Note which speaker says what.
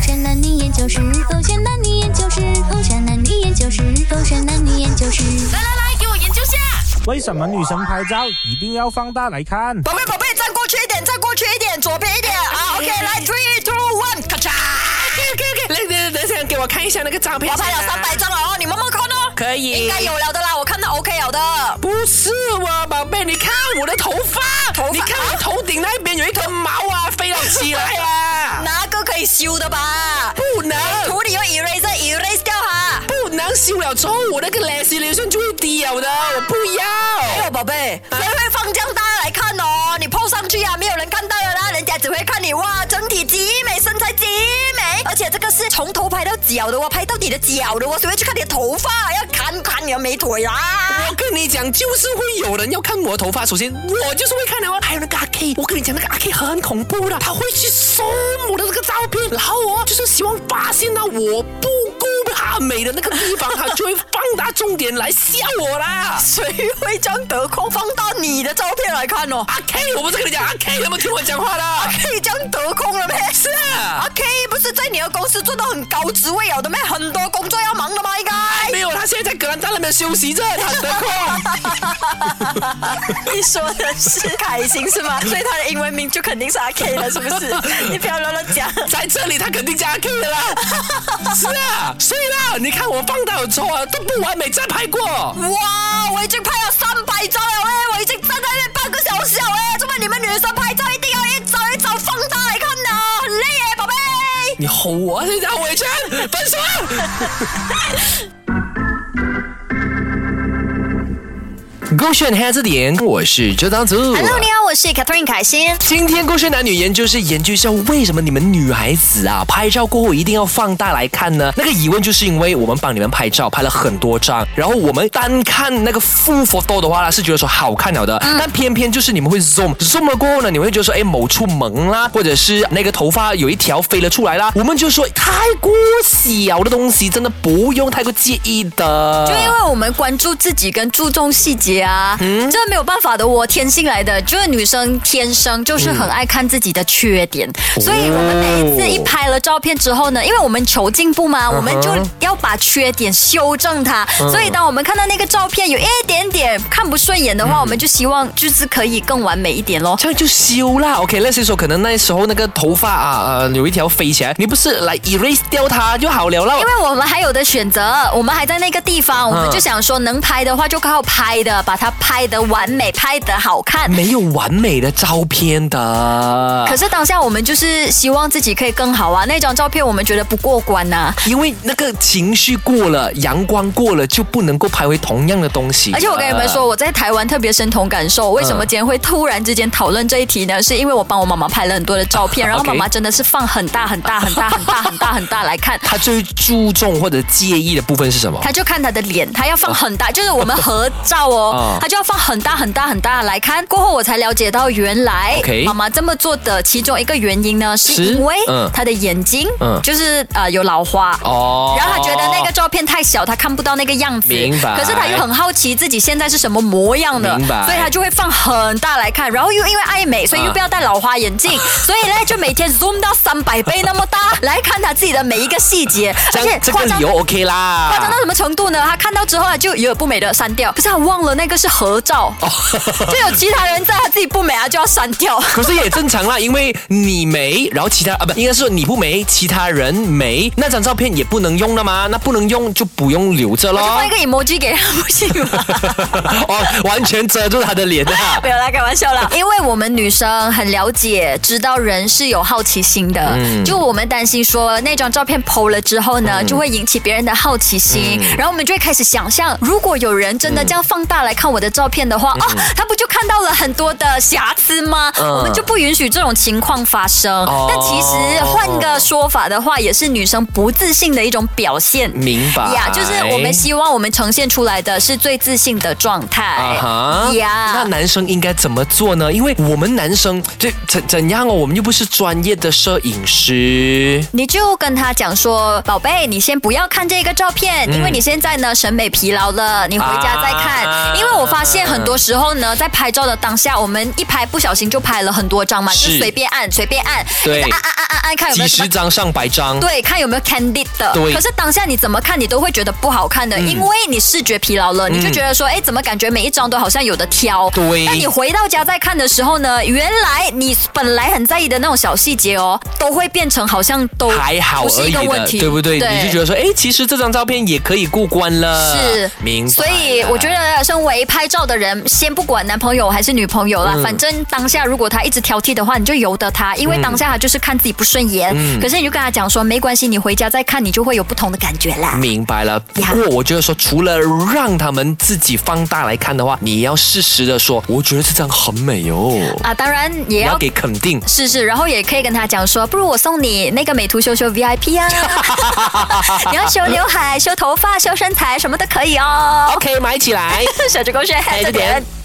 Speaker 1: 山男女研究室，狗山男女研究室，狗山男女研究室，狗山男女研究室。
Speaker 2: 来来来，给我研究下。
Speaker 3: 为什么女生拍照一定要放大来看？
Speaker 4: 宝贝宝贝，站过去一点，站过去一点，左边一点
Speaker 2: 哎
Speaker 4: 啊！OK，来，three two one，咔嚓！
Speaker 2: OK OK，等等等，给我看一下那个照片。
Speaker 4: 我拍了三百张了哦，你慢慢看哦。
Speaker 2: 可以
Speaker 4: 应该有了的啦，我看到 OK 有的。
Speaker 2: 不是我，宝贝，你看我的头发，
Speaker 4: 头发
Speaker 2: 你看我头顶那边有一根毛啊，飞了起来 啊！
Speaker 4: 哪个可以修的吧？
Speaker 2: 不能，
Speaker 4: 图你用 eraser erase 掉哈。
Speaker 2: 不能修了之后，我那个 lazy 流就会低了的，啊我不
Speaker 4: 哎
Speaker 2: 要。
Speaker 4: 呦，宝贝，
Speaker 2: 啊
Speaker 4: 谁会放这样大来看哦？你 PO 上去啊，没有人看到的啦，人家只会看你哇，整体极美，身材极美，而且这个是从头拍到脚的哦，拍到你的脚的哦，谁会去看你的头发？要看看你的美腿啦。
Speaker 2: 我跟你讲，就是会有人要看我的头发。首先，我就是会看的哦。还有那个阿 K，我跟你讲，那个阿 K 很恐怖的，他会去搜我的那个照片，然后哦，就是希望发现到我不够他美的那个地方，他就会放大重点来吓我
Speaker 4: 啊
Speaker 2: 啦。
Speaker 4: 谁会将得空放到你的照片来看哦？
Speaker 2: 阿 K，我不是跟你讲，阿 K 有没有听我讲话啦？
Speaker 4: 可以将得空了咩？
Speaker 2: 是啊
Speaker 4: 啊，K 不是在你的公司做到很高职位有的咩？很多工作要忙的吗？应该。
Speaker 2: 没有，他现在在格兰丹那边休息着，他得空。
Speaker 4: 你说的 是凯欣是吗？所以他的英文名就肯定是阿 K 了，是不 是？你不要乱乱讲。
Speaker 2: 在这里他肯定加 K 的啦。是啊，所以啦，你看我放大有错啊，都不完美，再拍过。
Speaker 4: 哇，我已经拍了三百张了嘞，我已经站在那半个小时了嘞。怎么你们女生拍照一定要一张一张放大来看呢？很累耶，宝贝。
Speaker 2: 你吼我，你让我一拳，分手啊。勾选黑暗字典，我是周当组。
Speaker 4: Hello，你好，我是 Catherine 凯欣。
Speaker 2: 今天勾选男女研究是研究一下为什么你们女孩子啊拍照过后一定要放大来看呢？那个疑问就是因为我们帮你们拍照拍了很多张，然后我们单看那个 full photo 的话呢是觉得说好看了的，但偏偏就是你们会 zoom zoom 了过后呢，你们会觉得说哎某处萌啦，或者是那个头发有一条飞了出来啦，我们就说太过小的东西真的不用太过介意的。
Speaker 5: 就因为我们关注自己跟注重细节啊，这没有办法的，我天性来的，就是女生天生就是很爱看自己的缺点，所以我们每一次一拍了照片之后呢，因为我们求进步嘛，我们就要把缺点修正它，所以当我们看到那个照片有一点点看不顺眼的话，我们就希望就是可以更完美一点咯。
Speaker 2: 这样就修啦。OK，那些时候可能那时候那个头发啊呃有一条飞起来，你不是来 erase 掉它就好了啦。
Speaker 5: 因为我们还有的选择，我们还在那个地方，我们就想说能拍的话就靠拍的，把它拍得完美，拍得好看。
Speaker 2: 没有完美的照片的，
Speaker 5: 可是当下我们就是希望自己可以更好啊，那张照片我们觉得不过关啊呐、
Speaker 2: 因为那个情绪过了，阳光过了，就不能够拍回同样的东西。呃
Speaker 5: 而且我跟你们说，，我在台湾 特别深同感受。为什么今天会突然之间讨论这一题呢？是因为我帮我妈妈拍了很多的照片，然后
Speaker 2: OK
Speaker 5: 妈妈真的是放很大很大很大很大很大很大来看。
Speaker 2: 他最注重或者介意的部分是什么？
Speaker 5: 她就看她的脸，她要放很
Speaker 2: 哦
Speaker 5: 大，就是我们合照哦
Speaker 2: 啊，
Speaker 5: 她就要放很大很大很大来看。过后我才了解到，原来
Speaker 2: OK
Speaker 5: 妈妈这么做的其中一个原因呢，
Speaker 2: 是
Speaker 5: 是因为
Speaker 2: 嗯
Speaker 5: 她的眼睛
Speaker 2: 嗯
Speaker 5: 就是呃有老花
Speaker 2: 哦
Speaker 5: 然后他觉得那个照片太小，他看不到那个样子。
Speaker 2: 明白
Speaker 5: 可是他又很好奇自己现在是什么模样的，
Speaker 2: 明白嗯
Speaker 5: 所以他就会放很大来看。然后又因为爱美，所以又不要戴老花眼镜， 所以呢就每天 zoom 到三百倍那么大来看他自己的每一个细节，而
Speaker 2: 这样
Speaker 5: 且
Speaker 2: 这
Speaker 5: 夸
Speaker 2: 个
Speaker 5: 张
Speaker 2: 理由 OK
Speaker 5: 夸张
Speaker 2: 啦
Speaker 5: 到。什么程度呢？他看到之后啊，就有不美的删掉。可是他忘了那个是合照，就有其他人在他自己不美啊，就要删掉。
Speaker 2: 可是也正常啦，因为你没，然后其他啊不，应该是说你不没，其他人没，那张照片也不能用了嘛，那不能用就不用留着
Speaker 5: 我
Speaker 2: 咯。
Speaker 5: 就放一个 emoji 给他，不行吗？
Speaker 2: 哦，完全遮住他的脸啊。
Speaker 5: 没有啦，开玩笑啦。 因为我们女生很了解，知道人是有好奇心的，
Speaker 2: 嗯
Speaker 5: 就我们担心说那张照片 PO 了之后呢，就会引起别人的好奇心，
Speaker 2: 嗯
Speaker 5: 然后我们就会开始想象，如果有人真的这样放大来看我的照片的话，哦，他不就看到了很多的瑕疵吗？
Speaker 2: 嗯
Speaker 5: 我们就不允许这种情况发生。
Speaker 2: 哦
Speaker 5: 但其实换个说法的话，也是女生不自信的一种表现。
Speaker 2: 明白
Speaker 5: 呀就是我们希望我们呈现出来的是最自信的状态
Speaker 2: 啊。哈，
Speaker 5: 呀
Speaker 2: 那男生应该怎么做呢？因为我们男生这怎怎样哦，我们又不是专业的摄影师。
Speaker 5: 你就跟他讲说，宝贝，你先不要看这个照片，因为你现在呢审美疲劳了，你回家再看。
Speaker 2: 嗯啊
Speaker 5: 因为我发现很多时候呢，在拍照的当下，我们一拍不小心就拍了很多张嘛，就是随便按随便按，啊
Speaker 2: 对
Speaker 5: 一直按按按按按，看有没有
Speaker 2: 几
Speaker 5: 什么
Speaker 2: 十张、上百张，
Speaker 5: 对，看有没有 candid 的。
Speaker 2: 对嗯
Speaker 5: 可是当下你怎么看，你都会觉得不好看的，因为你视觉疲劳了，你就觉得说，哎，怎么感觉每一张都好像有的挑？
Speaker 2: 对
Speaker 5: 那你回到家再看的时候呢，原来你本来很在意的那种小细节哦，都会变成好像都
Speaker 2: 还好
Speaker 5: 不
Speaker 2: 而
Speaker 5: 是
Speaker 2: 已
Speaker 5: 一个问
Speaker 2: 的，
Speaker 5: 题，
Speaker 2: 对不对？你就觉
Speaker 5: 得。
Speaker 2: 得说，哎，其实这张照片也可以过关了，
Speaker 5: 是，
Speaker 2: 呃明白。
Speaker 5: 所以我觉。得，身为拍照的人，先不管男朋友还是女朋友啦，
Speaker 2: 嗯
Speaker 5: 反正当下如果他一直挑剔的话，你就由得他，因为当下他就是看自己不顺眼。
Speaker 2: 嗯
Speaker 5: 可是你就跟他讲说，没关系，你回家再看，你就会有不同的感觉啦。
Speaker 2: 明白了，不
Speaker 5: 呀
Speaker 2: 过我觉得说，除了让他们自己放大来看的话，你要适时的说，我觉得这张很美哦，
Speaker 5: 啊，当然也
Speaker 2: 你
Speaker 5: 要哦
Speaker 2: 要给肯 定。
Speaker 5: 是是，然后也可以跟他讲说，不如我送你那个美图秀秀 VIP 啊，你要修刘海、修头发、修身材什么都可以哦。
Speaker 2: OK，买起来。
Speaker 5: 小猪狗血，
Speaker 2: 再
Speaker 5: 再
Speaker 2: 见
Speaker 5: 见。